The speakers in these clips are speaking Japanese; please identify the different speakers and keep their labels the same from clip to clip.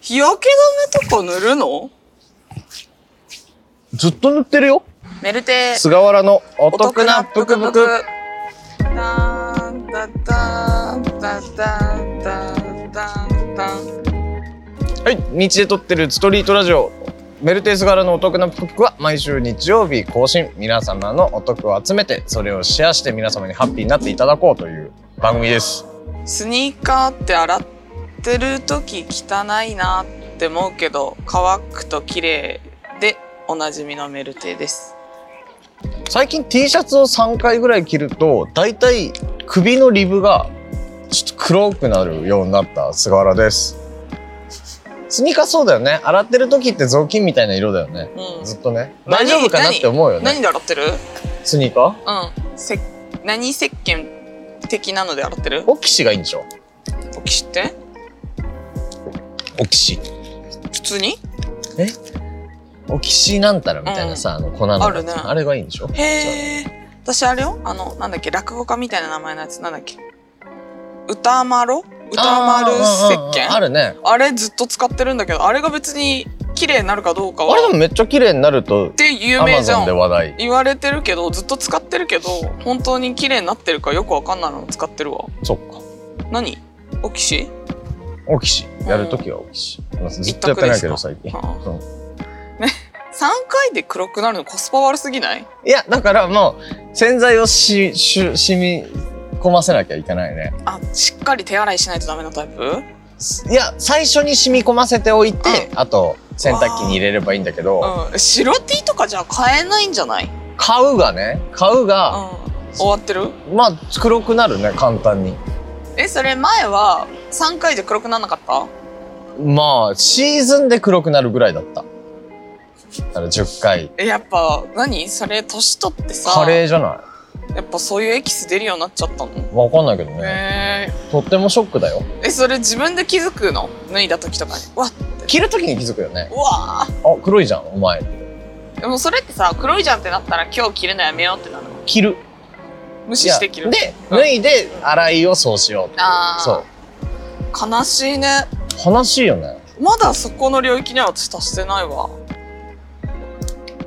Speaker 1: 日焼け止めとか塗るの
Speaker 2: ずっと塗ってるよ。
Speaker 1: メルテ
Speaker 2: 菅原のお得なぷくぷく。
Speaker 1: ダンダダンダダンダンダンダン
Speaker 2: はい、日で撮ってるストリートラジオ。メルテス柄のお得なぷくぷくは毎週日曜日更新皆様のお得を集めてそれをシェアして皆様にハッピーになっていただこうという番組です
Speaker 1: スニーカーって洗ってる時汚いなって思うけど乾くと綺麗でおなじみのメルテです
Speaker 2: 最近 T シャツを3回ぐらい着るとだいたい首のリブがちょっと黒くなるようになった菅原ですスニーカーそうだよね洗ってる時って雑巾みたいな色だよね
Speaker 1: うん
Speaker 2: ずっとね大
Speaker 1: 何
Speaker 2: 丈夫かなって思うよね
Speaker 1: 何で洗ってる
Speaker 2: スニーカー
Speaker 1: うんせ何石鹸的なので洗ってる
Speaker 2: オキシがいいんでしょ
Speaker 1: おきしって
Speaker 2: オキシ
Speaker 1: 普通に
Speaker 2: オキシなんたらみたいなさ、あの粉のやつ
Speaker 1: あるね
Speaker 2: あれがいいんでしょ
Speaker 1: へえ私あれよあのなんだっけ落語家みたいな名前のやつなんだっけ歌丸歌丸石鹸
Speaker 2: あーあるね
Speaker 1: あれずっと使ってるんだけどあれが別に綺麗になるかどうか
Speaker 2: あれで
Speaker 1: は
Speaker 2: もめっちゃ綺麗になると
Speaker 1: って有
Speaker 2: アマ
Speaker 1: 名じゃ
Speaker 2: ゾンで
Speaker 1: ん
Speaker 2: 話題
Speaker 1: 言われてるけどずっと使ってるけど本当に綺麗になってるかよくわかんないの使ってるわ
Speaker 2: そっか
Speaker 1: 何オキシ
Speaker 2: オキシやるときはオキシ、ずっとやってないけど最近
Speaker 1: 一択ですか
Speaker 2: うん
Speaker 1: 3回で黒くなるのコスパ悪すぎない
Speaker 2: いやだからもう洗剤をしし染み込ませなきゃいけないね
Speaker 1: あしっかり手洗いしないとダメなタイプ
Speaker 2: いや最初に染み込ませておいて、あと洗濯機に入れればいいんだけど
Speaker 1: うん白 T とかじゃ買えないんじゃないうん
Speaker 2: 買うがね買うが、
Speaker 1: 終わってる
Speaker 2: まあ黒くなるね簡単に
Speaker 1: えそれ前は3回で黒くなんなかった
Speaker 2: まあシーズンで黒くなるぐらいだっただから10回
Speaker 1: えやっぱ何それ年取ってさ
Speaker 2: カレーじゃない
Speaker 1: やっぱそういうエキス出るようになっちゃったの
Speaker 2: わかんないけどね。
Speaker 1: へー
Speaker 2: とってもショックだよ。
Speaker 1: えそれ自分で気づくの脱いだ時とかにうわ
Speaker 2: 着るときに気づくよね。
Speaker 1: うわ
Speaker 2: あ、黒いじゃん、お前。
Speaker 1: ーでもそれってさ黒いじゃんってなったら今日着るのやめようってなるの
Speaker 2: 着る。
Speaker 1: 無視して着る
Speaker 2: いやで、
Speaker 1: うん
Speaker 2: 脱いで、洗いをそうしよう。
Speaker 1: ああ
Speaker 2: そう。
Speaker 1: 悲しいね
Speaker 2: 悲しいよね。
Speaker 1: まだそこの領域には私達してないわ、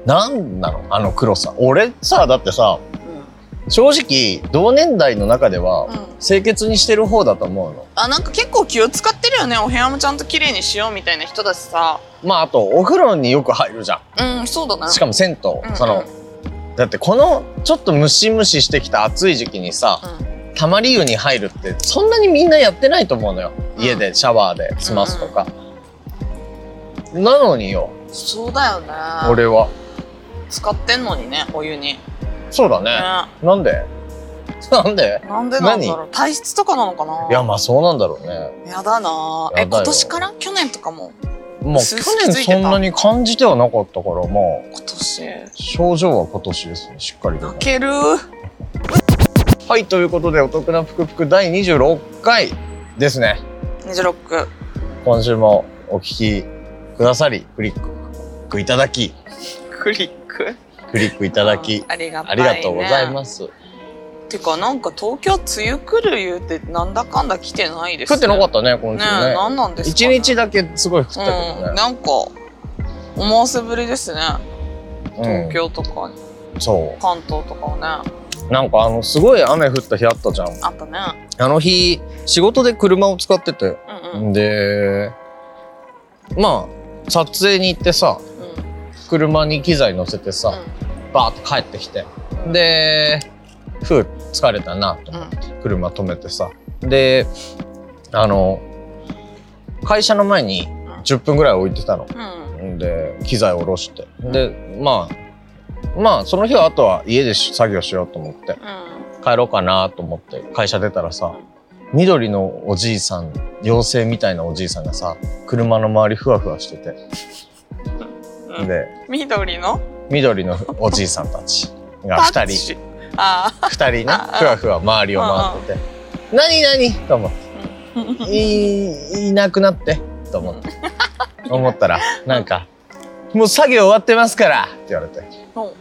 Speaker 2: なんなのあの黒さ。俺さ、だってさ、
Speaker 1: うん、
Speaker 2: 正直、同年代の中では
Speaker 1: うん、
Speaker 2: 清潔にしてる方だと思うの。
Speaker 1: あなんか結構気を使ってるよねお部屋もちゃんと綺麗にしようみたいな人だしさ
Speaker 2: まあ、あと、お風呂によく入るじゃ
Speaker 1: うんそうだ
Speaker 2: ん。
Speaker 1: な
Speaker 2: しかも銭
Speaker 1: うんう
Speaker 2: 湯。
Speaker 1: ん
Speaker 2: その、だってこの、ちょっとムシムシしてきた暑い時期にさ、
Speaker 1: うん
Speaker 2: たまり湯に入るってそんなにみんなやってないと思うのよ、
Speaker 1: うん
Speaker 2: 家でシャワーで済ますとか、なのによ
Speaker 1: そうだよね
Speaker 2: 俺は
Speaker 1: 使ってんのにねお湯にね
Speaker 2: そうだね、なんで なんで
Speaker 1: なんでなんだろう体質とかなのかない
Speaker 2: やまあそうなんだろうね
Speaker 1: やだな
Speaker 2: やだよ
Speaker 1: え今年から去年とかも
Speaker 2: まあ
Speaker 1: す
Speaker 2: 去
Speaker 1: す気づい
Speaker 2: 年
Speaker 1: てた
Speaker 2: そんなに感じてはなかったからまあ
Speaker 1: 今年
Speaker 2: 症状は今年ですねしっかりと
Speaker 1: 泣ける
Speaker 2: はいということでお得なぷくぷく第26回ですね
Speaker 1: 26区
Speaker 2: 今週もお聞きくださりクリックいただき
Speaker 1: クリック
Speaker 2: クリックいただき
Speaker 1: ありがた
Speaker 2: あ
Speaker 1: い
Speaker 2: り
Speaker 1: ね
Speaker 2: がとうございます、
Speaker 1: てかなんか東京梅雨来る言うてなんだかんだ来てないです
Speaker 2: 食
Speaker 1: ね
Speaker 2: ってなか
Speaker 1: っ
Speaker 2: ったね今
Speaker 1: ね
Speaker 2: 週
Speaker 1: え
Speaker 2: ね
Speaker 1: 何なんです
Speaker 2: 一、
Speaker 1: かね
Speaker 2: 日だけすごい食ったけ
Speaker 1: う
Speaker 2: ど
Speaker 1: ん
Speaker 2: ね、
Speaker 1: なんか思わせぶりですね
Speaker 2: うん
Speaker 1: 東京とか
Speaker 2: そ
Speaker 1: 関東とかはね
Speaker 2: うなんかあのすごい雨降った日あったじゃん
Speaker 1: あったね
Speaker 2: あの日仕事で車を使ってて
Speaker 1: うんうん
Speaker 2: でまあ撮影に行ってさ
Speaker 1: うん
Speaker 2: 車に機材乗せてさ、バーって帰ってきて
Speaker 1: うん
Speaker 2: でふう疲れたなと
Speaker 1: う
Speaker 2: 思
Speaker 1: ん
Speaker 2: って車止めてさであの会社の前に10分ぐらい置いてたの
Speaker 1: うん
Speaker 2: で機材を下ろしてでまあまあその日はあとは家でし作業しようと思って
Speaker 1: う
Speaker 2: 帰ろうかなと思って会社出たらさ緑のおじいさん妖精みたいなおじいさんがさ車の周りふわふわしてて
Speaker 1: んうん、
Speaker 2: で
Speaker 1: 緑の
Speaker 2: 緑のおじいさんたちが
Speaker 1: パ
Speaker 2: 2
Speaker 1: ッ
Speaker 2: 人
Speaker 1: チあ
Speaker 2: 2人ね
Speaker 1: ああ
Speaker 2: ふわふわ周りを回ってて「何何?」と思って
Speaker 1: ー
Speaker 2: 「いいなくなって」と思って思ったらなんか「もう作業終わってますから」って言われて。
Speaker 1: も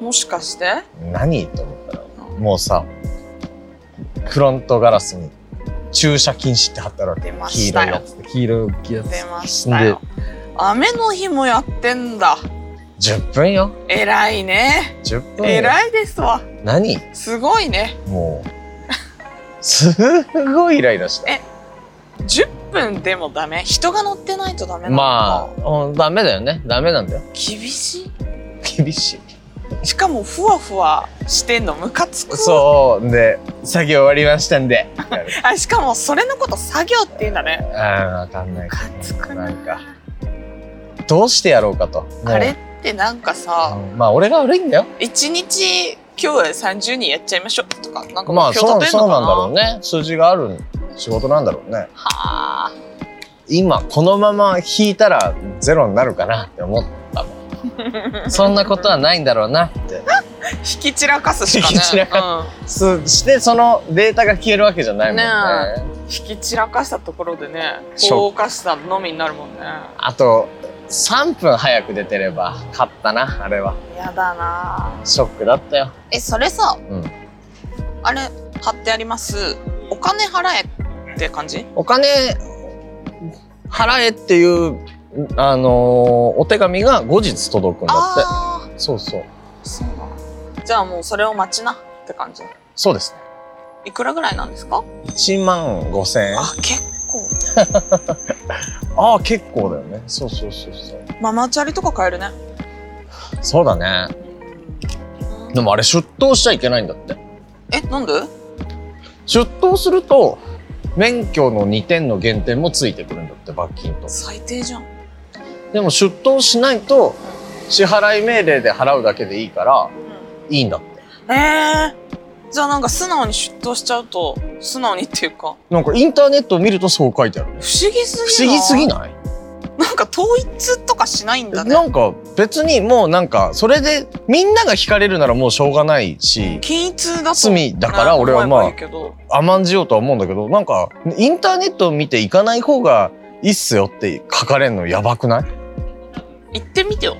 Speaker 1: もしかして
Speaker 2: 何と思ったらもうさフロントガラスに駐車禁止って貼ったら
Speaker 1: 出ま
Speaker 2: 黄
Speaker 1: し
Speaker 2: 色
Speaker 1: た
Speaker 2: いや
Speaker 1: よ
Speaker 2: つ黄色いや
Speaker 1: 出ましたよ雨の日もやってんだ
Speaker 2: つ10分よ
Speaker 1: 偉いね
Speaker 2: 10分よ
Speaker 1: 偉いですわ
Speaker 2: 何
Speaker 1: すごいね
Speaker 2: もうすごいイライラした
Speaker 1: 10分でもダメ人が乗ってないとダメなのか、
Speaker 2: まあうんダメだよねダメなんだよ
Speaker 1: 厳し
Speaker 2: 厳しい
Speaker 1: いしかもふわふわしてんのムカつく
Speaker 2: そうで作業終わりました んでみたい
Speaker 1: あしかもそれのこと作業って言うんだね
Speaker 2: なあー分かんない
Speaker 1: ムカつくな
Speaker 2: なんかどうしてやろうかともう
Speaker 1: あれってなんかさ
Speaker 2: うんまあ俺が悪いんだよ
Speaker 1: 1日今日30人やっちゃいましょうとかなんか
Speaker 2: まあ
Speaker 1: 目標
Speaker 2: そう
Speaker 1: 立てんの
Speaker 2: そう
Speaker 1: かな,、
Speaker 2: なんだろうね数字がある仕事なんだろうね
Speaker 1: はあ
Speaker 2: 今このまま引いたらゼロになるかなって思ったもんそんなことはないんだろうなって
Speaker 1: 引き散らかすしかね
Speaker 2: 引き散ら
Speaker 1: か、
Speaker 2: すしてそのデータが消えるわけじゃないもんね
Speaker 1: うん、引き散らかしたところでね
Speaker 2: ショック
Speaker 1: 放火したのみになるもんね
Speaker 2: あと3分早く出てれば勝ったなあれは
Speaker 1: やだな
Speaker 2: ショックだったよ
Speaker 1: えそれさ、
Speaker 2: うん
Speaker 1: あれ貼ってありますお金払えって感じ
Speaker 2: お金払えっていうあのーお手紙が後日届くんだ
Speaker 1: あ
Speaker 2: ってそうそう
Speaker 1: あそうなのじゃあもうそれを待ちなって感じ
Speaker 2: そうですね
Speaker 1: いくらぐらいなんですか
Speaker 2: 1万5千円
Speaker 1: あ結構
Speaker 2: ああ結構だよねそうそうそうそう
Speaker 1: ママチャリとか買えるね
Speaker 2: そうだねでもあれ出頭しちゃいけないんだって
Speaker 1: えなんで
Speaker 2: 出頭すると免許の2点の減点もついてくるんだって罰金と
Speaker 1: 最低じゃん
Speaker 2: でも出頭しないと支払い命令で払うだけでいいからいいんだって
Speaker 1: えー、じゃあなんか素直に出頭しちゃうと素直にっていうか
Speaker 2: なんかインターネットを見るとそう書いてある
Speaker 1: 不思議す
Speaker 2: 不
Speaker 1: ぎ
Speaker 2: 思議すぎ
Speaker 1: な
Speaker 2: ない
Speaker 1: なんか統一とかしないんだね
Speaker 2: なんか別にもうなんかそれでみんなが惹かれるならもうしょうがないし
Speaker 1: 均一だと
Speaker 2: 罪だから俺はまあ
Speaker 1: 思えばいいけど
Speaker 2: 甘んじようとは思うんだけどなんかインターネットを見て行かない方がいいっすよって書かれるのやばくない
Speaker 1: 行ってみてよ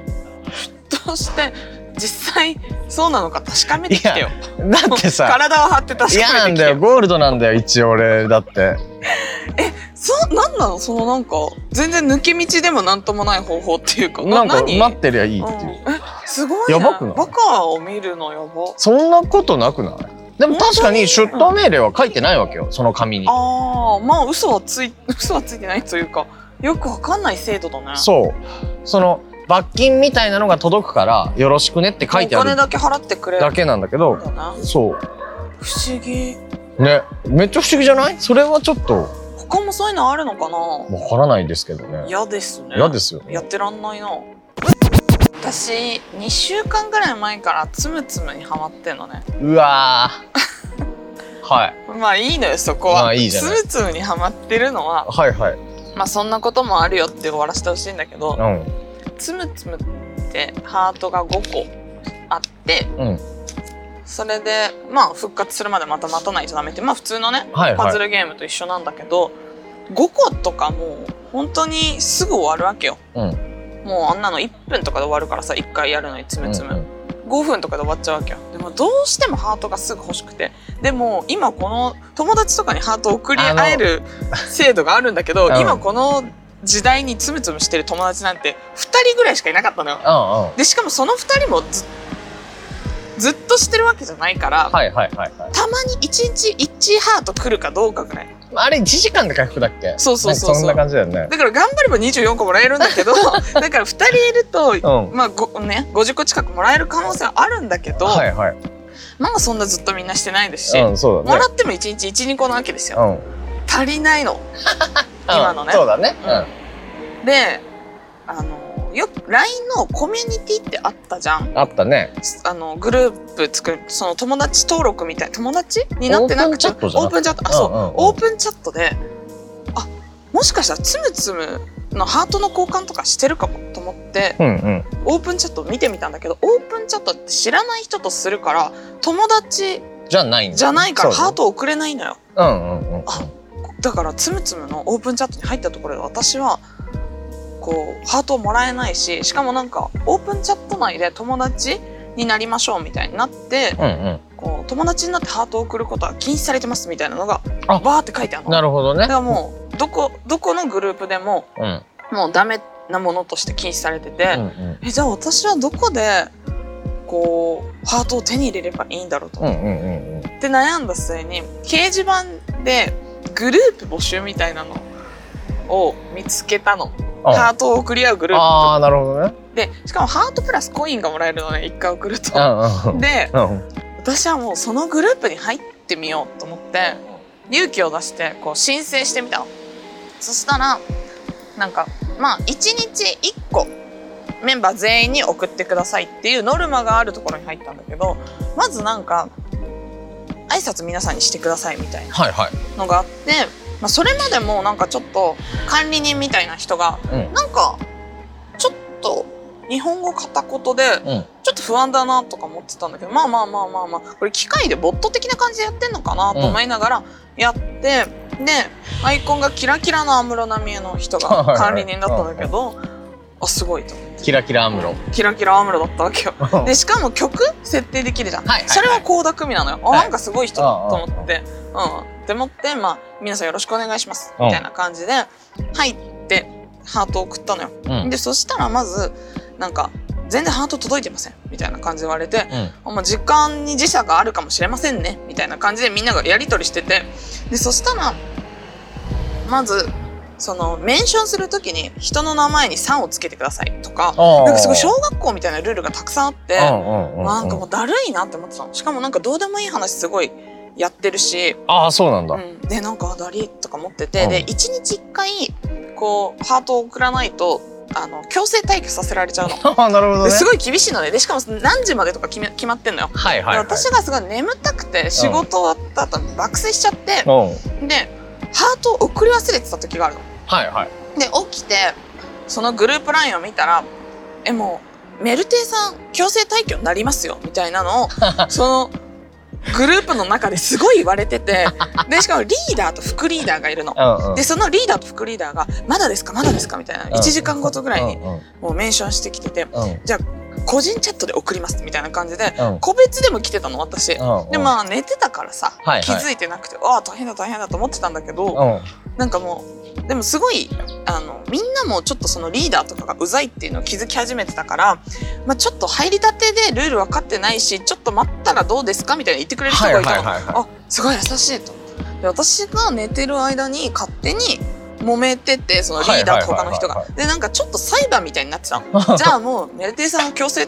Speaker 1: 出頭して実際そうなのか確かめてきてよ
Speaker 2: だってさ
Speaker 1: 体を張って確
Speaker 2: 嫌
Speaker 1: か
Speaker 2: な
Speaker 1: め
Speaker 2: ん
Speaker 1: てきて
Speaker 2: だよ
Speaker 1: よ
Speaker 2: ゴールドなんだよ一応俺だって
Speaker 1: そうなんなのそのなんか全然抜け道でもなんともない方法っていうか
Speaker 2: なんか
Speaker 1: 何
Speaker 2: 待ってりゃいいっていう、
Speaker 1: うんえすごい、ね、
Speaker 2: やばくない
Speaker 1: バカを見るのやば
Speaker 2: そんなことなくないでも確かに出頭命令は書いてないわけよその紙に
Speaker 1: あーまあ嘘はつい 嘘はついてないというかよくわかんない制度だね
Speaker 2: そうその罰金みたいなのが届くからよろしくねって書いてあ
Speaker 1: お金
Speaker 2: る
Speaker 1: だけ払ってくれる
Speaker 2: だ
Speaker 1: ん
Speaker 2: けなんだけど
Speaker 1: だね
Speaker 2: そ
Speaker 1: 不思議
Speaker 2: うねめっちゃ不思議じゃないそれはちょっと
Speaker 1: 他もそういうのあるのかな
Speaker 2: わからないですけどね
Speaker 1: 嫌ですね
Speaker 2: 嫌ですよ
Speaker 1: やってらんないな私2週間ぐらい前からつむつむにハマってんのね
Speaker 2: うわーはい
Speaker 1: まあいいのよそこは、
Speaker 2: まあいいじゃない
Speaker 1: つむつむにハマってるのは
Speaker 2: はいはい
Speaker 1: まあそんなこともあるよって終わらせてほしいんだけど
Speaker 2: う
Speaker 1: つむつむってハートが5個あって
Speaker 2: んうん
Speaker 1: それでまあ復活するまでまた待たないとダメってまあ普通のね
Speaker 2: はい
Speaker 1: パ
Speaker 2: は
Speaker 1: ズ
Speaker 2: い
Speaker 1: ルゲームと一緒なんだけど、5個とかもう本当にすぐ終わるわけよ、
Speaker 2: うん
Speaker 1: もうあんなの1分とかで終わるからさ1回やるのにつむつむ、
Speaker 2: うんうん
Speaker 1: 5分とかで終わっちゃうわけよでもどうしてもハートがすぐ欲しくてでも今この友達とかにハートを送り合える制度があるんだけど、
Speaker 2: うん
Speaker 1: 今この時代につむつむしてる友達なんて2人ぐらいしかいなかったのよ
Speaker 2: うんうん
Speaker 1: でしかもその2人もずずっとしてるわけじゃないから、
Speaker 2: はいはいはいはい
Speaker 1: たまに1日1ハート来るかどうかぐらい
Speaker 2: あれ1時間で回復だっけ
Speaker 1: そうそうそうそう
Speaker 2: なんかそんな感じだよね
Speaker 1: だから頑張れば24個もらえるんだけど だから2人いると、
Speaker 2: う
Speaker 1: まあごね、50個近くもらえる可能性はあるんだけど、
Speaker 2: んはいはい
Speaker 1: まあそんなずっとみんなしてないですし、
Speaker 2: うんそう
Speaker 1: も
Speaker 2: だね
Speaker 1: らっても1日12個なわけです
Speaker 2: う
Speaker 1: よ
Speaker 2: んうん
Speaker 1: 足りないの。今のね
Speaker 2: そうだね
Speaker 1: であのよく LINE のコミュニティってあったじゃん
Speaker 2: うんあったね
Speaker 1: あのグループ作るその友達登録みたい友達になってなくて
Speaker 2: オープンチャットじゃなく
Speaker 1: オープンチャット
Speaker 2: て
Speaker 1: あそう、
Speaker 2: うんうんうん
Speaker 1: オープンチャットであもしかしたらつむつむのハートの交換とかしてるかもと思って
Speaker 2: うんうん
Speaker 1: オープンチャット見てみたんだけどオープンチャットって知らない人とするから友達
Speaker 2: じゃないんだ
Speaker 1: じゃないからハー
Speaker 2: ト
Speaker 1: ト送れないのよ
Speaker 2: うんうんうん
Speaker 1: あだからつむつむのオープンチャットに入ったところで私はこうハートをもらえないししかもなんかオープンチャット内で友達になりましょうみたいになって
Speaker 2: うんうん
Speaker 1: こう友達になってハートを送ることは禁止されてますみたいなのが
Speaker 2: あ
Speaker 1: わーって書いてあるの。
Speaker 2: なるほどね
Speaker 1: だからもうどこどこのグループでも
Speaker 2: うんうん
Speaker 1: もうダメなものとして禁止されてて、
Speaker 2: うん
Speaker 1: えじゃあ私はどこでこうハートを手に入れればいいんだろうと、
Speaker 2: うんう
Speaker 1: っ
Speaker 2: んうんうん
Speaker 1: て悩んだ末に掲示板でグループ募集みたいなのを見つけたのハ
Speaker 2: あ
Speaker 1: ートを送り合うグルー
Speaker 2: あーなるほどね
Speaker 1: プでしかもハートプラスコインがもらえるのね1回送ると
Speaker 2: う。んうん
Speaker 1: で
Speaker 2: うん
Speaker 1: 私はもうそのグループに入ってみようと思って勇気を出してこう申請してみたのそしたらなんかまあ1日1個メンバー全員に送ってくださいっていうノルマがあるところに入ったんだけどまずなんか挨拶皆さんにしてくださいみたいな
Speaker 2: はいはい
Speaker 1: のがあって、まあ、それまでもなんかちょっと管理人みたいな人が、
Speaker 2: うん
Speaker 1: なんかちょっと日本語片言で
Speaker 2: うん
Speaker 1: ちょっと不安だなとか思ってたんだけどまあまあまあまあまあこれ機械でボット的な感じでやってんのかなと思いながらやって、でアイコンがキラキラの安室奈美恵の人
Speaker 2: はいはい
Speaker 1: が
Speaker 2: はい
Speaker 1: 管理人だったんだけどあすごいと思って
Speaker 2: キラキラアムロ
Speaker 1: キラキラ安室だったわけよ。でしかも曲設定できるじゃん、
Speaker 2: はいはいはい
Speaker 1: それは倖田來未なのよ、
Speaker 2: はい
Speaker 1: あなんかすごい人だと思ってうんって思ってまあ皆さんよろしくお願いしますみたいな感じで入ってハートを送ったのよ
Speaker 2: うん
Speaker 1: でそしたらまずなんか「全然ハート届いてません」みたいな感じで言われて
Speaker 2: うん
Speaker 1: 「あまあ時間に時差があるかもしれませんね」みたいな感じでみんながやり取りしててでそしたらまずそのメンションする時に人の名前に「さん」をつけてくださいとか
Speaker 2: な
Speaker 1: なんかすごい小学校みたいなルールがたくさんあって
Speaker 2: な
Speaker 1: なんかもうだるいなって思ってたのしかもなんかどうでもいい話すごいやってるし
Speaker 2: ああそうなんだ
Speaker 1: うん、でなんかあだりとか持って
Speaker 2: う
Speaker 1: て
Speaker 2: ん
Speaker 1: で1日1回こうハートを送らないとあの強制退去させられちゃうの。
Speaker 2: ああなるほどね
Speaker 1: ですごい厳しいのででしかも何時までとか決め決まってんのよ。
Speaker 2: はいはいはい
Speaker 1: で私がすごい眠たくて仕事終わった後に爆睡しちゃって
Speaker 2: うん
Speaker 1: でハートを送り忘れてた時があるの。
Speaker 2: はいはい
Speaker 1: で起きてそのグループラインを見たら「えもうメルテイさん強制退去になりますよ」みたいな のをそのグループの中ですごい言われててでしかもリーダーと副リーダーがいるの。
Speaker 2: うんうん
Speaker 1: でそのリーダーと副リーダーが「まだですかまだですか」みたいな1時間ごとぐらいに
Speaker 2: うんうん
Speaker 1: もうメンションしてきてて
Speaker 2: うん
Speaker 1: 「個人チャットで送ります」みたいな感じで
Speaker 2: うん
Speaker 1: 個別でも来てたの私。
Speaker 2: うん
Speaker 1: でまあ寝てたからさ
Speaker 2: はいはい
Speaker 1: 気づいてなくて「ああ大変だ大変だ」と思ってたんだけど。
Speaker 2: うん
Speaker 1: なんかもうでもすごいあのみんなもちょっとそのリーダーとかがうざいっていうのを気づき始めてたから、まあ、ちょっと入りたてでルール分かってないしちょっと待ったらどうですかみたいに言ってくれる人がいたの、
Speaker 2: はいはいはいは
Speaker 1: あすごい優しいとで私が寝てる間に勝手に揉めててそのリーダーと他の人
Speaker 2: はいはいはいはい
Speaker 1: が
Speaker 2: は
Speaker 1: でなんかちょっと裁判みたいになってた のじゃあもうメルテイさんを強制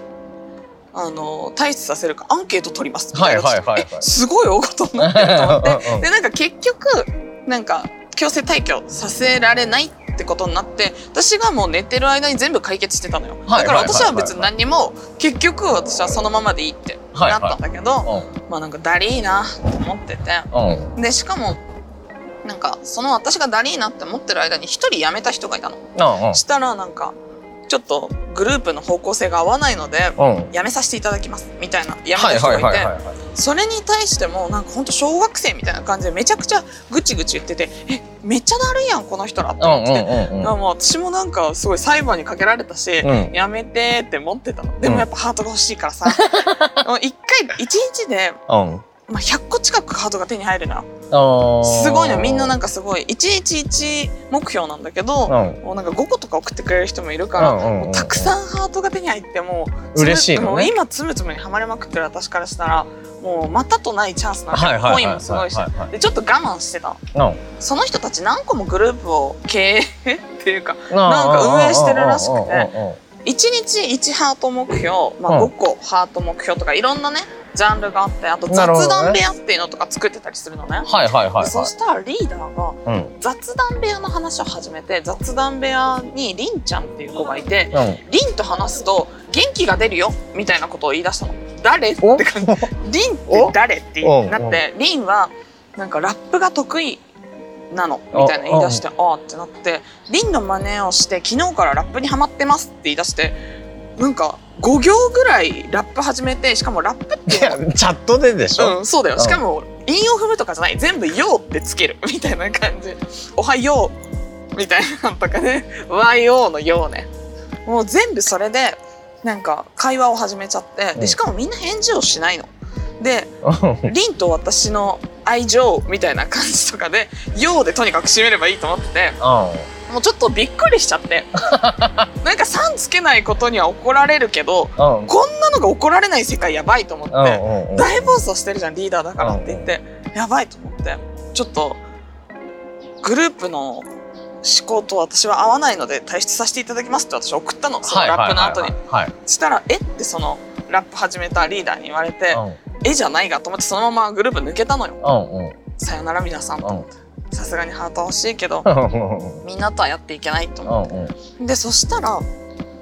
Speaker 1: あの退出させるかアンケート取りますみたいな、
Speaker 2: はいはいはいはい
Speaker 1: えすごい大事になってると思って
Speaker 2: うんうん
Speaker 1: でなんか結局なんか強制退去させられないってことになって私がもう寝てる間に全部解決してたのよ
Speaker 2: は
Speaker 1: だ
Speaker 2: い
Speaker 1: から
Speaker 2: はいはいは
Speaker 1: 私
Speaker 2: い
Speaker 1: は別に何にも結局私はそのままでいいって
Speaker 2: はい
Speaker 1: な
Speaker 2: はい
Speaker 1: ったんだけど、まあなんかダリーなと思ってて
Speaker 2: うんうん
Speaker 1: でしかもなんかその私がダリーなって思ってる間に一人辞めた人がいたの
Speaker 2: うん
Speaker 1: したらなんかちょっとグループの方向性が合わないので
Speaker 2: うんうん
Speaker 1: 辞めさせていただきますみたいな辞め
Speaker 2: は
Speaker 1: た
Speaker 2: い
Speaker 1: 人
Speaker 2: はい
Speaker 1: が
Speaker 2: はいい
Speaker 1: て
Speaker 2: はいはい
Speaker 1: それに対してもなんかほんと小学生みたいな感じでめちゃくちゃぐちぐち言ってて「えめっちゃだるいやんこの人ら」って思って、
Speaker 2: うんうんうん
Speaker 1: まあもう私もなんかすごい裁判にかけられたし、
Speaker 2: うん
Speaker 1: やめてって思ってたのでもやっぱハートが欲しいから さもう一回一日で、
Speaker 2: うんうん
Speaker 1: まあ、100個近くハートが手に入るな
Speaker 2: あー
Speaker 1: すごいのみんななんかすごい一日一目標なんだけど、
Speaker 2: うん
Speaker 1: もうなんか5個とか送ってくれる人もいるから、
Speaker 2: うんうんうんうん
Speaker 1: もうたくさんハートが手に入ってもう
Speaker 2: 嬉しいのね
Speaker 1: もう今つむつむにはまれまくってる私からしたらもうまたとないチャンスなんで、
Speaker 2: はいはい
Speaker 1: コ
Speaker 2: はい
Speaker 1: イン
Speaker 2: は
Speaker 1: もすごいし、
Speaker 2: いはい
Speaker 1: でちょっと我慢してたの
Speaker 2: うん
Speaker 1: その人たち何個もグループを経営っていうか
Speaker 2: なん
Speaker 1: か運営してるらしくて
Speaker 2: て。
Speaker 1: 1日1ハート目標、まあ、
Speaker 2: うん
Speaker 1: 5個ハート目標とかいろんなねジャンルがあってあと雑
Speaker 2: なるほどね
Speaker 1: 談部屋っていうのとか作ってたりするのね。
Speaker 2: はいはいはい
Speaker 1: でそしたらリーダーが
Speaker 2: はい。
Speaker 1: 雑談部屋の話を始めて雑談部屋にりんちゃんっていう子がいて
Speaker 2: うん。うん。
Speaker 1: りんと話すと元気が出るよみたいなことを言い出したの誰って
Speaker 2: お
Speaker 1: 感じりんって誰ってなってりんはなんかラップが得意なのみたいな言い出してああーってなってりんの真似をして昨日からラップにハマってますって言い出してなんか5行ぐらいラップ始めてしかもラップっ てい
Speaker 2: い
Speaker 1: うのは
Speaker 2: や、チャットででしょ。
Speaker 1: うん、そうだよ。
Speaker 2: うん
Speaker 1: しかも、韻を踏むとかじゃない。全部、ようってつける。 みたいな感じ。おはよ う。みたいなのとかね。わようのようね。もう全部それで、なんか会話を始めちゃって
Speaker 2: う
Speaker 1: で
Speaker 2: ん
Speaker 1: しかもみんな返事をしないの。で
Speaker 2: うん
Speaker 1: 凛と私の愛情みたいな感じとかで「よう」でとにかく締めればいいと思っててもうちょっとびっくりしちゃって なんか「さん」つけないことには怒られるけど
Speaker 2: うんうん
Speaker 1: こんなのが怒られない世界やばいと思って
Speaker 2: うんうん
Speaker 1: 大暴走してるじゃんリーダーだからって言ってやばいと思ってちょっとグループの思考と私は合わないので退出させていただきますって私送ったのそのラップの後に。
Speaker 2: はい
Speaker 1: したら「えっ?」てそのラップ始めたリーダーに言われて
Speaker 2: はい
Speaker 1: 「えじゃないが」と思ってそのままグループ抜けたのよ。
Speaker 2: はいうんうん
Speaker 1: さよなら皆さんと思ってさすがにハートは欲しいけど
Speaker 2: うんうん
Speaker 1: みんなとはやっていけないと思
Speaker 2: うんうん
Speaker 1: ってでそしたら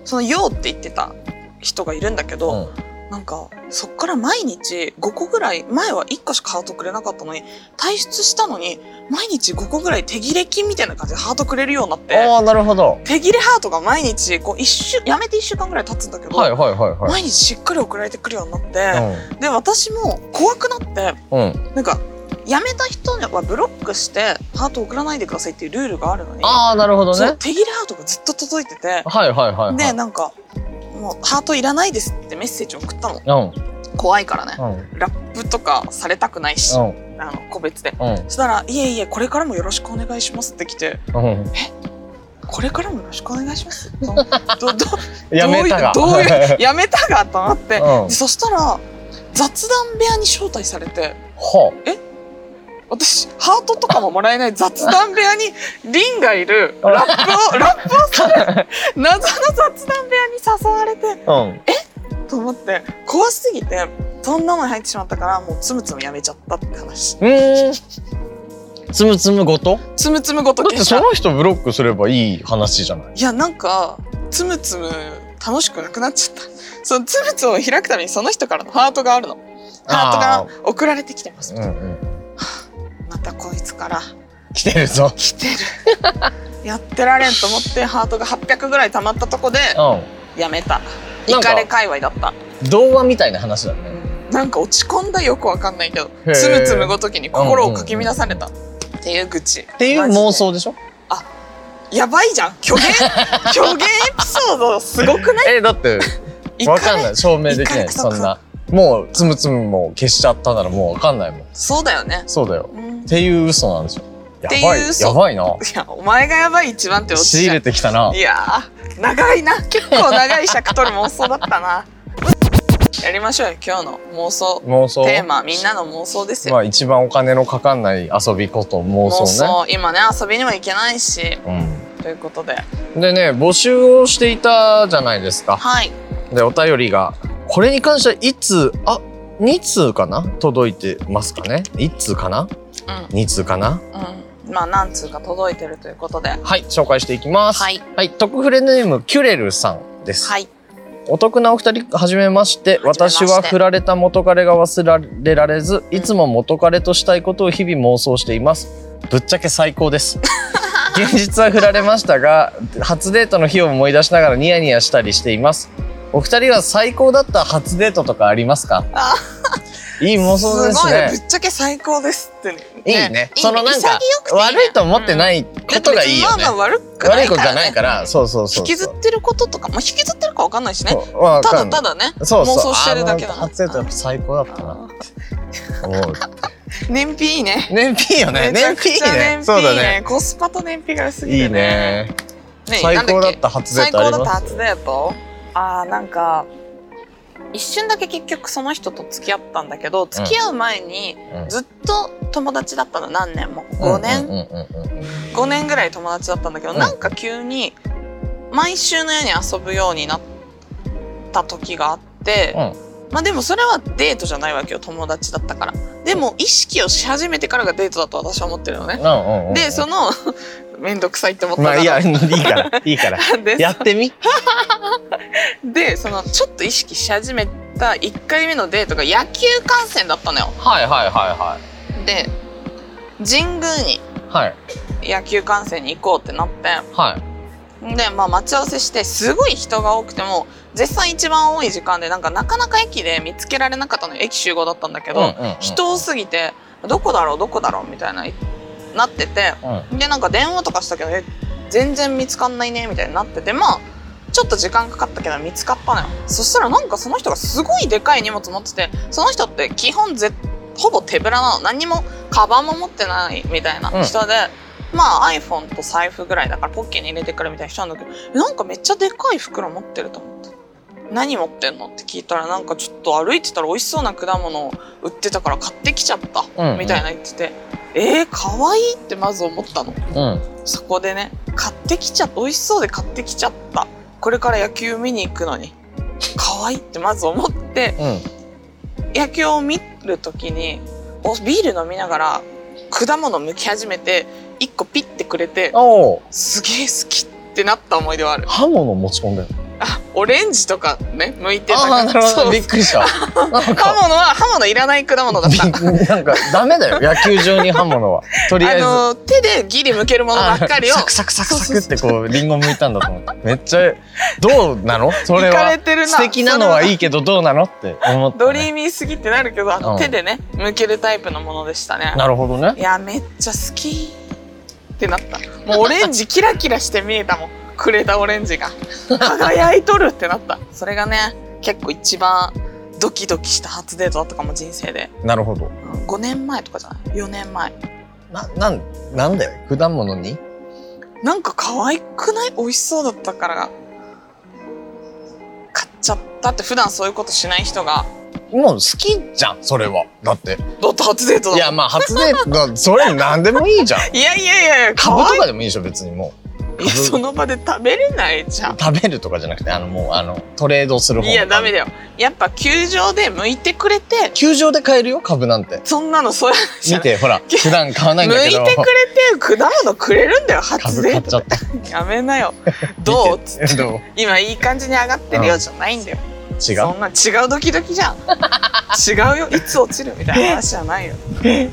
Speaker 1: その「よう」って言ってた人がいるんだけど、
Speaker 2: うん
Speaker 1: なんか、そっから毎日5個ぐらい、前は1個しかハートくれなかったのに、退出したのに、毎日5個ぐらい手切れ金みたいな感じでハートくれるようになって、
Speaker 2: ああなるほど
Speaker 1: 手切れハートが毎日、こう一週、やめて1週間ぐらい経つんだけど、
Speaker 2: はいはいはいはい
Speaker 1: 毎日しっかり送られてくるようになって、で、私も怖くなって、
Speaker 2: うんうん
Speaker 1: なんか、やめた人にはブロックして、ハート送らないでくださいっていうルールがあるのに、
Speaker 2: ああなるほど
Speaker 1: そ
Speaker 2: ね
Speaker 1: う手切れハートがずっと届いてて、
Speaker 2: はいはいはいは
Speaker 1: で、
Speaker 2: い
Speaker 1: なんか、もうハートいらないですってメッセージを送ったの。
Speaker 2: うん
Speaker 1: 怖いからね。
Speaker 2: うん
Speaker 1: ラップとかされたくないし、
Speaker 2: うん
Speaker 1: あの個別で
Speaker 2: うん
Speaker 1: そしたら「いえいえこれからもよろしくお願いします」って来て
Speaker 2: うん
Speaker 1: 「これからもよろしくお願いし ます」とどど
Speaker 2: やめたが
Speaker 1: どういうどういうやめたがと思って、
Speaker 2: うん
Speaker 1: でそしたら雑談部屋に招待されて
Speaker 2: は
Speaker 1: 私ハートとかももらえない雑談部屋にリンがいるラッ プをラップをする謎の雑談部屋に誘われて
Speaker 2: あうん
Speaker 1: と思って怖すぎてそんなのに入ってしまったからもうつむつむやめちゃったって話
Speaker 2: うーんつむつむごと
Speaker 1: つむつむごと
Speaker 2: だっ
Speaker 1: 消
Speaker 2: て
Speaker 1: しちゃっ
Speaker 2: そ
Speaker 1: た
Speaker 2: の人ブロックすればいい話じゃない
Speaker 1: いやなんかつむつむ楽しくなくなっちゃったそのつむつむを開くためにその人からのハートがあるのハ
Speaker 2: あー
Speaker 1: ートが送られてきてます
Speaker 2: うんうん
Speaker 1: またこいつから
Speaker 2: 来てるぞ
Speaker 1: 来てる やってられんと思ってハートが800ぐらい溜まったとこで
Speaker 2: う
Speaker 1: やめたイ
Speaker 2: なんか
Speaker 1: カレ界隈だった
Speaker 2: ん童話みたいな話だね
Speaker 1: なんか落ち込んだよくわかんないけど
Speaker 2: へー
Speaker 1: つむつむごときに心をかき乱されたっていう愚痴っ
Speaker 2: っていう妄想でしょ
Speaker 1: やばいじゃん虚言虚言エピソードすごくない
Speaker 2: えだって
Speaker 1: イ
Speaker 2: わ
Speaker 1: カ
Speaker 2: かん
Speaker 1: レ
Speaker 2: ない証明でき
Speaker 1: イカ
Speaker 2: な
Speaker 1: れ
Speaker 2: い
Speaker 1: と
Speaker 2: そ
Speaker 1: か
Speaker 2: んなもうつむつむも消しちゃったならもうわかんないもん
Speaker 1: そうだよね、
Speaker 2: そうだよ
Speaker 1: うん
Speaker 2: っていう嘘なんですよやばい
Speaker 1: っていう嘘
Speaker 2: やばいない
Speaker 1: や、お前がやばい一番って落ち
Speaker 2: 仕
Speaker 1: ち
Speaker 2: 入
Speaker 1: ゃ
Speaker 2: れ
Speaker 1: う。
Speaker 2: てきたない
Speaker 1: やー、長いな。結構長い尺取る妄想だったな。やりましょうよ、今日の妄想。
Speaker 2: 妄想
Speaker 1: テーマ、みんなの妄想ですよ。
Speaker 2: まあ一番お金のかかんない遊びこと妄
Speaker 1: 妄
Speaker 2: 想ね
Speaker 1: 想、今ね、遊びにも行けないし、ということで。
Speaker 2: うん、でね募集をしていたじゃないですか
Speaker 1: はい。
Speaker 2: でお便りがこれに関してはいつあ2通かな届いてますかね1通かな
Speaker 1: う、
Speaker 2: 2通かなん
Speaker 1: うん。まあ、何通か届いてるということで。は
Speaker 2: はい紹介していきます
Speaker 1: い。
Speaker 2: はい、特フレネームキュレルさんです、
Speaker 1: はい。
Speaker 2: お得なお二人はじめまして
Speaker 1: はじめまして
Speaker 2: 私は振られた元彼が忘れられずいつも元彼としたいことを日々妄想していますぶっちゃけ最高です 現実は振られましたが初デートの日を思い出しながらニヤニヤしたりしていますお二人は最高だった初デートとかありますか
Speaker 1: あ
Speaker 2: いい妄想です
Speaker 1: ごいね。ぶ
Speaker 2: すね
Speaker 1: っちゃけ最高ですってね。
Speaker 2: いいねそのなんか
Speaker 1: 潔くてね
Speaker 2: 悪いと思ってないことがいいよね、
Speaker 1: だって別にまあまあ悪くな
Speaker 2: 悪
Speaker 1: い
Speaker 2: いことじゃ
Speaker 1: から
Speaker 2: ない
Speaker 1: ね。
Speaker 2: からそうそうそう
Speaker 1: 引きずってることとか、まあ、引きずってるかわかんないしね。
Speaker 2: そうわ
Speaker 1: た
Speaker 2: か
Speaker 1: だ
Speaker 2: んな
Speaker 1: た
Speaker 2: い
Speaker 1: だね。
Speaker 2: そうそう
Speaker 1: 妄想してるだけだ
Speaker 2: あの初デートやっぱ最高だったな思う
Speaker 1: 燃費いいね。
Speaker 2: 燃費いいよね。
Speaker 1: めちゃ
Speaker 2: 燃
Speaker 1: くち
Speaker 2: 費いい
Speaker 1: ゃ燃
Speaker 2: ね。
Speaker 1: 費い
Speaker 2: そう
Speaker 1: いね
Speaker 2: だね。
Speaker 1: コスパと燃費が良すぎ
Speaker 2: い
Speaker 1: てね。
Speaker 2: いね。
Speaker 1: ね
Speaker 2: 最高だっ
Speaker 1: なんけ
Speaker 2: た初デー
Speaker 1: 最
Speaker 2: トあ
Speaker 1: 高
Speaker 2: り
Speaker 1: だった
Speaker 2: ま
Speaker 1: 初
Speaker 2: す。
Speaker 1: デートああなんか一瞬だけ結局その人と付き合ったんだけど付き合う前に
Speaker 2: うん
Speaker 1: ずっと友達だったの何年も5
Speaker 2: うん
Speaker 1: 年、
Speaker 2: うんうんうんうん
Speaker 1: 五年ぐらい友達だったんだけど、
Speaker 2: うん
Speaker 1: なんか急に毎週のように遊ぶようになった時があって、まあでもそれはデートじゃないわけよ友達だったからでも意識をし始めてからがデートだと私は思ってるのね
Speaker 2: うんうんうん。
Speaker 1: でその めんどくさいって思った
Speaker 2: まあ
Speaker 1: ら
Speaker 2: いやいいからいいから
Speaker 1: で
Speaker 2: やってみ。
Speaker 1: でそのちょっと意識し始めた1回目のデートが野球観戦だったのよ
Speaker 2: はいはいは
Speaker 1: で神宮に
Speaker 2: いはいはい
Speaker 1: 野球観戦に行こうってなって
Speaker 2: はい。
Speaker 1: で、まあ、待ち合わせしてすごい人が多くても絶賛一番多い時間でなんかなかなか駅で見つけられなかったのよ駅集合だったんだけど、
Speaker 2: うんうん
Speaker 1: 人多すぎてどこだろうどこだろうみたいななってて
Speaker 2: うん
Speaker 1: でなんか電話とかしたけどえ全然見つかんないねみたいになっててまあちょっと時間かかったけど見つかったのよそしたらなんかその人がすごいでかい荷物持っててその人って基本ぜほぼ手ぶらなの何にもカバンも持ってないみたいな人で、まあ iPhone と財布ぐらいだからポッケに入れてくるみたいな人なんだけどえなんかめっちゃでかい袋持ってると思って何持ってんのって聞いたらなんかちょっと歩いてたら美味しそうな果物を売ってたから買ってきちゃった
Speaker 2: うんうん
Speaker 1: みたいな言ってて、えー、かわいいってまず思ったの
Speaker 2: うん
Speaker 1: そこでね買ってきちゃった美味しそうで買ってきちゃったこれから野球見に行くのに可愛いってまず思って
Speaker 2: うん
Speaker 1: 野球を見る時におビール飲みながら果物剥き始めて一個ピッてくれて
Speaker 2: おお
Speaker 1: すげえ好きってなった思い出はある
Speaker 2: 刃物持ち込んでる
Speaker 1: あオレンジとかね剥いてた
Speaker 2: ああ
Speaker 1: か
Speaker 2: な
Speaker 1: ら
Speaker 2: るほ
Speaker 1: そ
Speaker 2: ど
Speaker 1: う
Speaker 2: びっくりしたなん
Speaker 1: 刃
Speaker 2: か
Speaker 1: 物は刃物いらない果物だ った
Speaker 2: びなんかダメだよ野球場に刃物はとりあえず
Speaker 1: あの手でギリ剥けるものばっかりを
Speaker 2: あサクサクサクサクってこうリンゴ剥いたんだと思ってめっちゃどうなのそれ
Speaker 1: いか
Speaker 2: は
Speaker 1: れてるな
Speaker 2: 素敵なの
Speaker 1: それ
Speaker 2: はいいけどどうなのって思った、ね、
Speaker 1: ドリーミーすぎってなるけどあの、
Speaker 2: うん
Speaker 1: 手でね剥けるタイプのものでしたね
Speaker 2: なるほどね
Speaker 1: いやめっちゃ好きってなったもうオレンジキラキラして見えたもんくれたオレンジが輝いとるってなったそれがね結構一番ドキドキした初デートだったかも人生で
Speaker 2: なるほど
Speaker 1: うん5年前とかじゃない4年前
Speaker 2: ななんなんだよ果物に
Speaker 1: なんか可愛くない美味しそうだったから買っちゃったって普段そういうことしない人が
Speaker 2: もう好きじゃんそれはだって
Speaker 1: だって初デートだもん
Speaker 2: いやまあ初デート だそれ何でもいいじゃん
Speaker 1: いやいやいやいや可
Speaker 2: 株
Speaker 1: 愛い
Speaker 2: とかでもいいでしょ別にも
Speaker 1: いやその場で食べれないじゃ
Speaker 2: うん食べるとかじゃなくてあのもうあのトレードする方
Speaker 1: いやダメだよやっぱ球場で向いてくれて
Speaker 2: 球場で買えるよ株なんて
Speaker 1: そんなのそういうじゃ
Speaker 2: 見
Speaker 1: ない
Speaker 2: てほら普段買わないん
Speaker 1: 向
Speaker 2: だ
Speaker 1: い
Speaker 2: けど
Speaker 1: てくれて果物くれるんだよ初
Speaker 2: 株
Speaker 1: デ
Speaker 2: 買
Speaker 1: ー
Speaker 2: っちゃ
Speaker 1: ト
Speaker 2: った
Speaker 1: でやめなよ どうっつって
Speaker 2: どう
Speaker 1: 今いい感じに上がってるよじゃないんだよ
Speaker 2: 違
Speaker 1: そ
Speaker 2: うん
Speaker 1: な違うドキドキじゃん違うよいつ落ちるみたいな話じゃ ないよ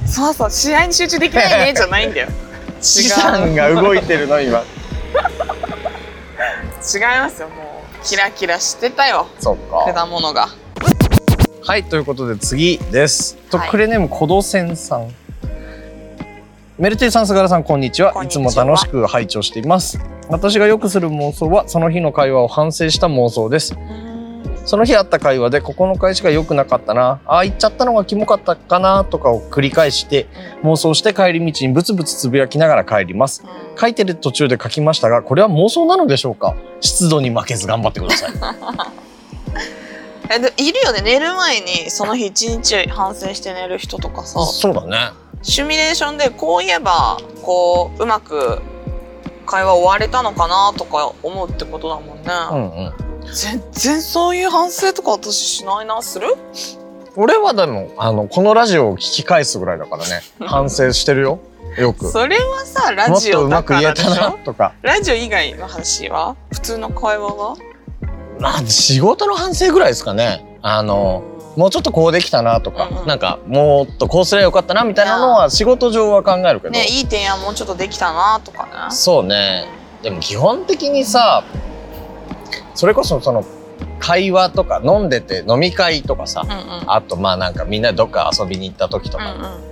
Speaker 1: そうそう試合に集中できないねじゃないんだよ
Speaker 2: 資産が動いてるの今
Speaker 1: 違いますよもうキラキラしてたよ
Speaker 2: そっか
Speaker 1: 果物が
Speaker 2: はいということで次ですと
Speaker 1: はい
Speaker 2: クレネームコドセンさんメルティさん菅原さんこんにちは
Speaker 1: こん
Speaker 2: い
Speaker 1: に
Speaker 2: つ
Speaker 1: ちは
Speaker 2: も楽しく拝聴しています私がよくする妄想はその日の会話を反省した妄想ですその日あった会話でここの返しが良くなかったなああ言っちゃったのがキモかったかなとかを繰り返して妄想して帰り道にブツブツつぶやきながら帰ります書いてる途中で書きましたがこれは妄想なのでしょうか湿度に負けず頑張ってくださ い
Speaker 1: えでいるよね寝る前にその日一日反省して寝る人とかさ
Speaker 2: そうだね
Speaker 1: シミュレーションでこう言えばこううまく会話終われたのかなとか思うってことだもん
Speaker 2: う
Speaker 1: ね、
Speaker 2: んうん
Speaker 1: 全然そういう反省とか私しないなする
Speaker 2: 俺はでもあのこのラジオを聞き返すぐらいだからね反省してるよよく
Speaker 1: それはさラ
Speaker 2: もっ
Speaker 1: ジ
Speaker 2: と
Speaker 1: オ
Speaker 2: うま
Speaker 1: だ
Speaker 2: く
Speaker 1: か
Speaker 2: 言
Speaker 1: ら
Speaker 2: え
Speaker 1: でした
Speaker 2: な
Speaker 1: ょ
Speaker 2: とか
Speaker 1: ラジオ以外の話は普通の会話が
Speaker 2: まあ仕事の反省ぐらいですかねあのもうちょっとこうできたなとか、
Speaker 1: うんうん
Speaker 2: なんかもっとこうすりゃよかったなみたいなのは仕事上は考えるけど、
Speaker 1: ねいい提案もうちょっとできたなとかね
Speaker 2: そうねでも基本的にさそれこそその会話とか飲んでて飲み会とかさ
Speaker 1: うんうん
Speaker 2: あとまあなんかみんなでどっか遊びに行った時とか、
Speaker 1: うん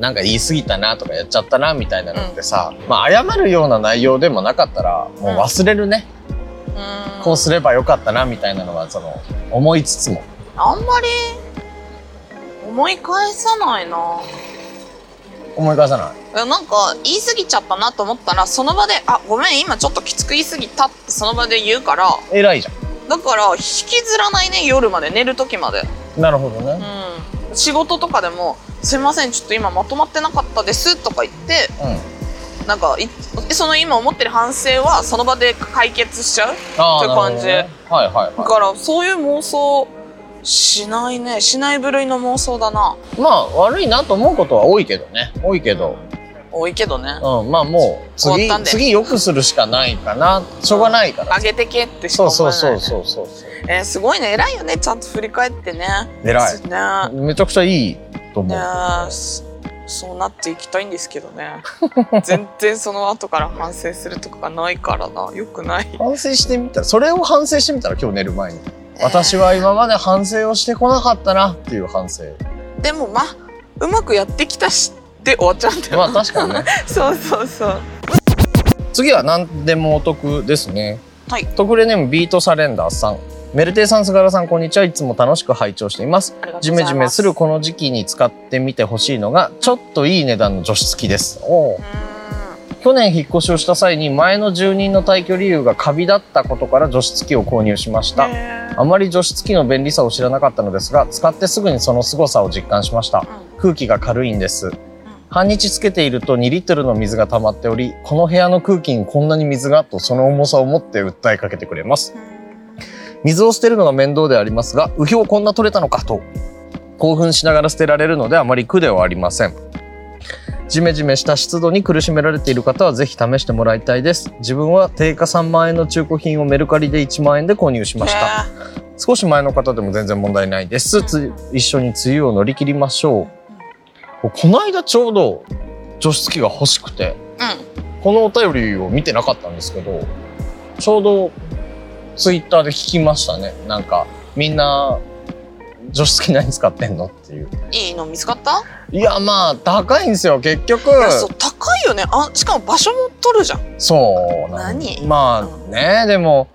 Speaker 2: なんか言い過ぎたなとかやっちゃったなみたいなのってさ、まあ謝るような内容でもなかったらもう忘れるね、
Speaker 1: うん
Speaker 2: こうすればよかったなみたいなのはその思いつつも
Speaker 1: あんまり思い返さないな
Speaker 2: 思い返さない。
Speaker 1: えなんか言い過ぎちゃったなと思ったらその場で「あごめん今ちょっときつく言い過ぎた」ってその場で言うから
Speaker 2: 偉いじゃ
Speaker 1: だから引きずらないね夜まで寝る時まで
Speaker 2: ん。なるほど
Speaker 1: う
Speaker 2: ね。
Speaker 1: ん仕事とかでも「すいませんちょっと今まとまってなかったです」とか言って
Speaker 2: うん。
Speaker 1: なんかいその今思ってる反省はその場で解決しちゃう
Speaker 2: あ
Speaker 1: って
Speaker 2: あ、
Speaker 1: 感じ
Speaker 2: なるほどねはいはい
Speaker 1: だ
Speaker 2: は。
Speaker 1: からそういう妄想しないねしない部類の妄想だない
Speaker 2: まあ悪いなと思うことは多いけどね。多いけど、
Speaker 1: 多いけどね
Speaker 2: うん、まあもう
Speaker 1: 終わっ
Speaker 2: 次
Speaker 1: たんで
Speaker 2: 次良くするしかないかな。しょうがないから。
Speaker 1: 上げてけってしか
Speaker 2: そう
Speaker 1: 思
Speaker 2: そう
Speaker 1: わない
Speaker 2: そ
Speaker 1: ね
Speaker 2: うそうそう。
Speaker 1: えーすごいね偉いよねちゃんと振り返ってね
Speaker 2: 偉い
Speaker 1: そうね
Speaker 2: めちゃくちゃいいと思
Speaker 1: ね
Speaker 2: う。
Speaker 1: そそうなっていきたいんですけど ね全然その後から反省するとかがないからなよくない
Speaker 2: 反省してみたら、それを反省してみたら今日寝る前に。私は今まで反省をしてこなかったなっていう反省。
Speaker 1: でもまあうまくやってきたしで終わっちゃうん だよ、
Speaker 2: まあ確かにね。
Speaker 1: そうそうそう
Speaker 2: 次は何でもお得ですね。
Speaker 1: はい
Speaker 2: 特例ネームビートサレンダーさんメルテイさん菅原さんこんにちはいつも楽しく拝聴しています
Speaker 1: ありがとうございます
Speaker 2: ジメジメするこの時期に使ってみてほしいのがちょっといい値段の除湿機です
Speaker 1: う
Speaker 2: おー
Speaker 1: ー
Speaker 2: 去年引っ越しをした際に前の住人の退去理由がカビだったことから除湿機を購入しました
Speaker 1: んへー
Speaker 2: あまり除湿機の便利さを知らなかったのですが使ってすぐにその凄さを実感しました空気が軽いんです半日つけていると2リットルの水が溜まっておりこの部屋の空気にこんなに水がとその重さを持って訴えかけてくれます
Speaker 1: うんうん
Speaker 2: 水を捨てるのが面倒でありますが右表こんな取れたのかと興奮しながら捨てられるのであまり苦ではありませんジメジメした湿度に苦しめられている方はぜひ試してもらいたいです自分は定価3万円の中古品をメルカリで1万円で購入しました
Speaker 1: へー
Speaker 2: 少し前の方でも全然問題ないです。つ一緒に梅雨を乗り切りましょう。この間ちょうど除湿機が欲しくて、
Speaker 1: う
Speaker 2: このお便りを見てなかったんですけど、ちょうどツイッターで聞きましたね。なんか、みんな除湿機何使ってんのっていう。
Speaker 1: んいいの見つかった、
Speaker 2: いや、まあ、高いんですよ、結局。
Speaker 1: いやそう高いよねあしかも場所も取るじゃん
Speaker 2: そうなん
Speaker 1: 何
Speaker 2: まあね、でも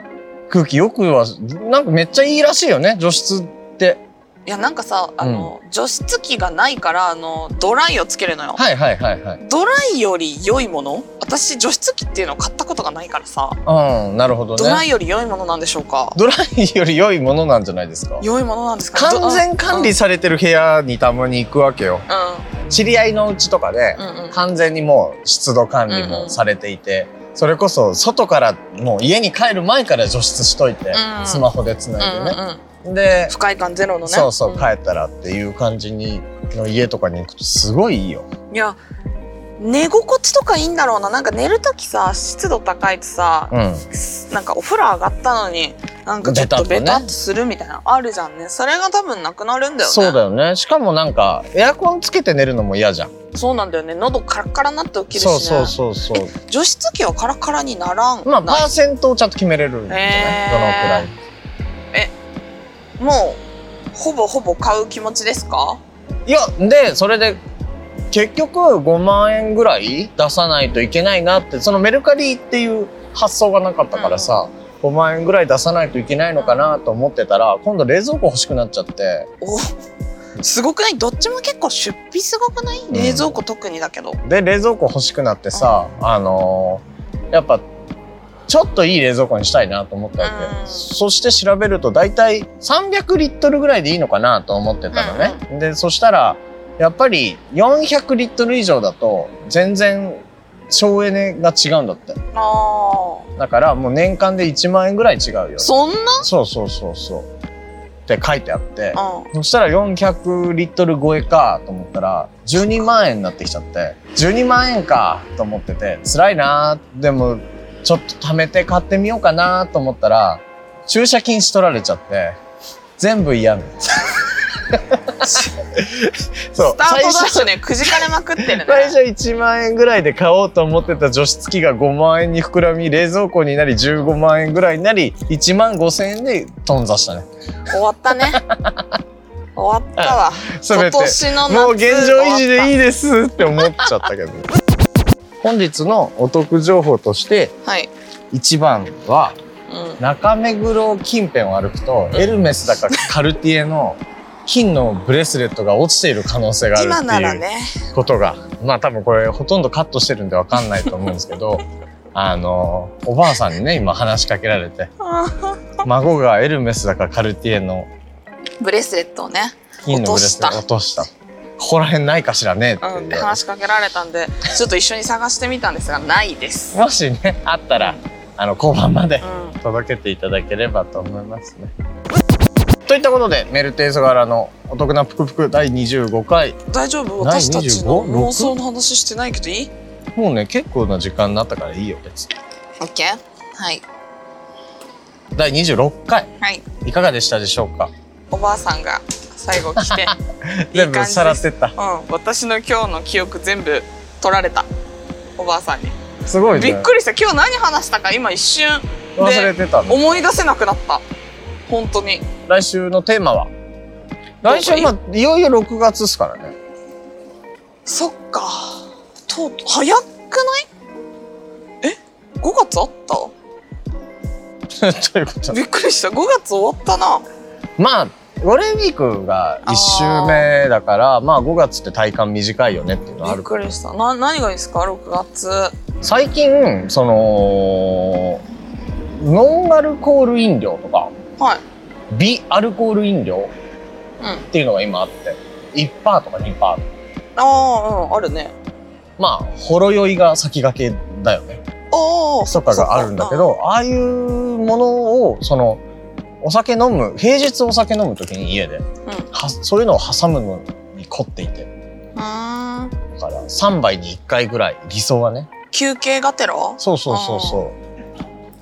Speaker 2: 空気よくは、なんかめっちゃいいらしいよね、除湿って。
Speaker 1: いやなんかさあの、除湿機がないからあのドライをつけるのよ、
Speaker 2: はいはいはいはい。
Speaker 1: ドライより良いもの私除湿機っていうのを買ったことがないからさ、
Speaker 2: うん、なるほどね。
Speaker 1: ドライより良いものなんでしょうか
Speaker 2: ドライより良いものなんじゃないですか
Speaker 1: 良いものなんですか
Speaker 2: 完全管理されてる部屋にたまに行くわけよ
Speaker 1: う
Speaker 2: 知り合いのうちとかで
Speaker 1: んうんうんうん
Speaker 2: 完全にもう湿度管理もされていて、それこそ外からもう家に帰る前から除湿しといて、
Speaker 1: うん
Speaker 2: スマホでつないでね、
Speaker 1: うんうん
Speaker 2: で、
Speaker 1: 不快感ゼロのね
Speaker 2: そうそう帰
Speaker 1: ん
Speaker 2: ったらっていう感じにの家とかに行くとすごいいいよ
Speaker 1: いや寝心地とかいいんだろうななんか寝る時さ湿度高いとさ、
Speaker 2: うん
Speaker 1: なんかお風呂上がったのになんかちょっとベ
Speaker 2: ベタっとね
Speaker 1: タっとするみたいなのあるじゃんねそれが多分なくなるんだよね
Speaker 2: そうだよねしかもなんかエアコンつけて寝るのも嫌じゃん、
Speaker 1: そうなんだよね喉カラッカラになって起きるしね
Speaker 2: そうそうそうそう
Speaker 1: 除湿機はカラッカラにならん、
Speaker 2: まあパ
Speaker 1: ない
Speaker 2: ーセントをちゃんと決めれるんだよね、
Speaker 1: へー
Speaker 2: どのくらい
Speaker 1: もうほぼほぼ買う気持ちですか
Speaker 2: いやでそれで結局5万円ぐらい出さないといけないなってそのメルカリっていう発想がなかったからさ、5万円ぐらい出さないといけないのかなと思ってたら今度冷蔵庫欲しくなっちゃって
Speaker 1: おすごくないどっちも結構出費すごくない、
Speaker 2: ん
Speaker 1: 冷蔵庫特にだけど
Speaker 2: で冷蔵庫欲しくなってさ、あのーやっぱちょっといい冷蔵庫にしたいなと思ったわけ、
Speaker 1: うん
Speaker 2: そして調べると大体300リットルぐらいでいいのかなと思ってたのね、でそしたらやっぱり400リットル以上だと全然省エネが違うんだって
Speaker 1: あ
Speaker 2: だからもう年間で1万円ぐらい違うよ
Speaker 1: あそんな
Speaker 2: そうそうそうそうって書いてあって
Speaker 1: うん
Speaker 2: そしたら400リットル超えかと思ったら12万円になってきちゃって12万円かと思ってて辛いなーでもちょっと貯めて買ってみようかなと思ったら駐車禁止取られちゃって全部嫌み そう
Speaker 1: スタートダッ
Speaker 2: 最
Speaker 1: シ
Speaker 2: 初
Speaker 1: ュねくじかれまくってるね
Speaker 2: 最初1万円ぐらいで買おうと思ってた除湿機が5万円に膨らみ冷蔵庫になり15万円ぐらいになり1万5千円で頓挫したね
Speaker 1: 終わったね 終わったわ今
Speaker 2: 全て
Speaker 1: 年の夏
Speaker 2: もう現状維持でい
Speaker 1: い
Speaker 2: いですって思っちゃったけど本日のお得情報として
Speaker 1: はい、
Speaker 2: 1番は
Speaker 1: うん、
Speaker 2: 中目黒近辺を歩くとエルメスだかカルティエの金のブレスレットが落ちている可能性がある
Speaker 1: 今なら
Speaker 2: っていう
Speaker 1: ね
Speaker 2: ことが、まあ多分これほとんどカットしてるんでわかんないと思うんですけ どあのおばあさんにね今話しかけられて孫がエルメスだかカルティエの
Speaker 1: ブレスレットをね、
Speaker 2: 金のブレスレットを落としたここら辺ないかしらねって
Speaker 1: うん、
Speaker 2: いう
Speaker 1: って話しかけられたんでちょっと一緒に探してみたんですがないです、
Speaker 2: もしね、あったら、あの、交番まで
Speaker 1: うん、
Speaker 2: 届けていただければと思いますね。といったことで、メルテイソ柄のお得なぷくぷく第25回。
Speaker 1: 大丈夫
Speaker 2: ない
Speaker 1: 私たちの
Speaker 2: 25
Speaker 1: 妄想の話してないけどいい
Speaker 2: もうね、結構な時間になったからいいよ、別に。
Speaker 1: ?OK? はい
Speaker 2: 第26回、
Speaker 1: はい
Speaker 2: いかがでしたでしょうか
Speaker 1: おばあさんが最後 来ていい
Speaker 2: 全
Speaker 1: 感
Speaker 2: 部
Speaker 1: じ
Speaker 2: さら
Speaker 1: で
Speaker 2: っ
Speaker 1: す
Speaker 2: てった。
Speaker 1: うん私の今日の記憶全部取られたおばあさんに
Speaker 2: すごいね。
Speaker 1: びっくりした今日何話したか今一瞬
Speaker 2: 忘れてたの。
Speaker 1: 思い出せなくなった本当に
Speaker 2: 来週のテーマは来週、まあ、いよいよ6月ですからね。
Speaker 1: そっかとうとう早くないえ5月あった
Speaker 2: ということ
Speaker 1: びっくりした5月終わったな
Speaker 2: まあゴールデンウィークが1週目だからまあ5月って体感短いよねっていうのはあ
Speaker 1: びっ
Speaker 2: る
Speaker 1: くりしたな何がいいですか6月
Speaker 2: 最近そのノンアルコール飲料とか
Speaker 1: はい
Speaker 2: 微アルコール飲料
Speaker 1: うん
Speaker 2: っていうのが今あって1%パーとか2%パーとか
Speaker 1: ああうんあるね
Speaker 2: まあほろ酔いが先駆けだよね
Speaker 1: おお
Speaker 2: とかがあるんだけどああいうものをそのお酒飲む平日お酒飲む時に家で、はそういうのを挟むのに凝っていて
Speaker 1: うーん
Speaker 2: だから3杯に1回ぐらい理想はね
Speaker 1: 休憩がてら
Speaker 2: そうそうそうそう。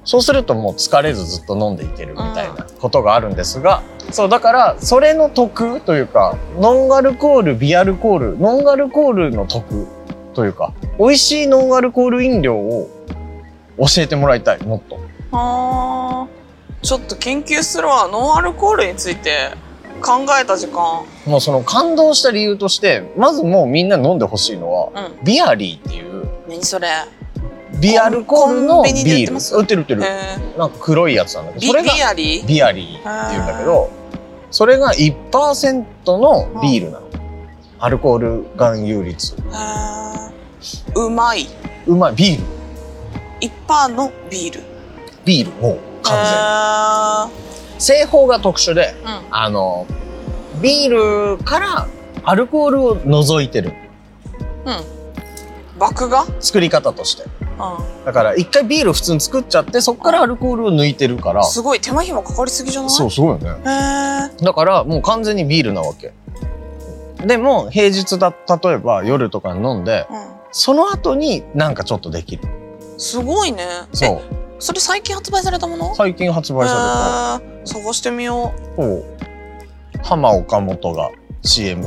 Speaker 2: そうするともう疲れずずっと飲んでいけるみたいなことがあるんですが、そうだからそれの得というかノンアルコールビアルコールノンアルコールの得というか美味しいノンアルコール飲料を教えてもらいたいもっと
Speaker 1: あーちょっと研究するわノンアルコールについて考えた時間
Speaker 2: もうその感動した理由としてまずもうみんな飲んでほしいのは
Speaker 1: うん
Speaker 2: ビアリーっていう
Speaker 1: 何それ
Speaker 2: ビアルコールの
Speaker 1: コンビニで売っ
Speaker 2: ビ
Speaker 1: て
Speaker 2: ー
Speaker 1: ます
Speaker 2: ル売ってる売ってる
Speaker 1: えー、
Speaker 2: なんか黒いやつなんだけど
Speaker 1: ビ
Speaker 2: それが
Speaker 1: ビアリー
Speaker 2: ビアリーっていうんだけどそれが1%のビールなの、アルコール含有率
Speaker 1: あーうまいう
Speaker 2: まいビール
Speaker 1: 一般のビール
Speaker 2: ビールもう完
Speaker 1: 完
Speaker 2: 全製法が特殊で
Speaker 1: 全、うん、
Speaker 2: あのビールからアルコールを除いてる
Speaker 1: 麦芽、
Speaker 2: 作り方として
Speaker 1: う
Speaker 2: だから一回ビール普通に作っちゃってそこからアルコールを抜いてるから
Speaker 1: ん、すごい手間暇かかりすぎじゃない
Speaker 2: そうすごいよね
Speaker 1: へえ
Speaker 2: だからもう完全にビールなわけでも平日だ例えば夜とかに飲んで
Speaker 1: う
Speaker 2: その後になんかちょっとできる
Speaker 1: ん、すごいね
Speaker 2: そ
Speaker 1: え
Speaker 2: う
Speaker 1: それ最近発売されたもの
Speaker 2: 最近発売さ
Speaker 1: へー探してみよう
Speaker 2: れたそう浜岡本が CM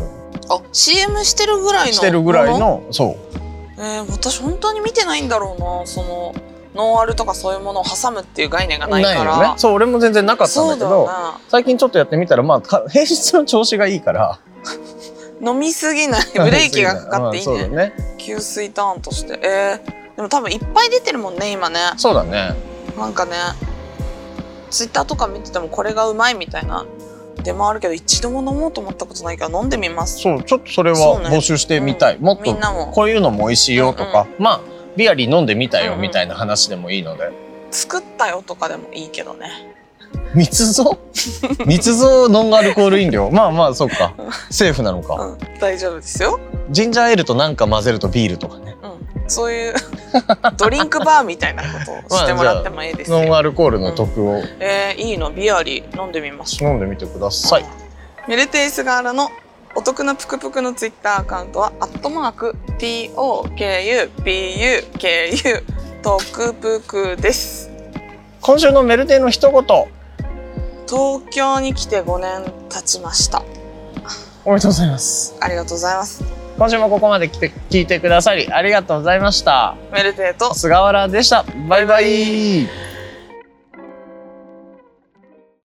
Speaker 1: あ CM してるぐらいの
Speaker 2: してるぐらい
Speaker 1: も
Speaker 2: のそう
Speaker 1: えー私本当に見てないんだろうなそのノンアルとかそういうものを挟むっていう概念がないから
Speaker 2: よねそう俺も全然なかったん
Speaker 1: そ
Speaker 2: だ
Speaker 1: う
Speaker 2: け
Speaker 1: だ
Speaker 2: ど
Speaker 1: よ
Speaker 2: 最近ちょっとやってみたらまあか平日の調子がいいから
Speaker 1: ね飲みすぎないブレーキがかかっていい
Speaker 2: う
Speaker 1: ね
Speaker 2: んそうだね
Speaker 1: 給水ターンとしてえー、でも多分いっぱい出てるもんね今ね
Speaker 2: そうだね
Speaker 1: なんかねツイッターとか見ててもこれがうまいみたいな出回るけど一度も飲もうと思ったことないから飲んでみます
Speaker 2: そうちょっとそれは
Speaker 1: そうね
Speaker 2: 募集してみたい、もっ
Speaker 1: み
Speaker 2: と
Speaker 1: んなも
Speaker 2: こういうのも美味しいよとか、まあビアリー飲んでみた
Speaker 1: う
Speaker 2: よ
Speaker 1: ん
Speaker 2: みたいな話でもいいので、
Speaker 1: 作ったよとかでもいいけどね
Speaker 2: 密造 密造ノンアルコール飲料まあまあそっかセーフなのか、
Speaker 1: うん大丈夫ですよ、
Speaker 2: ジンジャーエールとなんか混ぜるとビールとかね
Speaker 1: うん、そういうドリンクバーみたいなことをしてもらってもいいですよ、
Speaker 2: ノンアルコールの得を
Speaker 1: えーいいのビアリー飲んでみましょ
Speaker 2: 飲んでみてください。
Speaker 1: うメルテイスガーラのお得なぷくぷくのツイッターアカウントはアットマーク TOKUPUKU トクプクです
Speaker 2: 今週のメルテの一言、
Speaker 1: 東京に来て5年経ちました
Speaker 2: おめでとうございます。
Speaker 1: ありがとうございます
Speaker 2: 今週もここまで来て聞いてくださりありがとうございました。
Speaker 1: メルテイと
Speaker 2: 菅原でした。バイバイ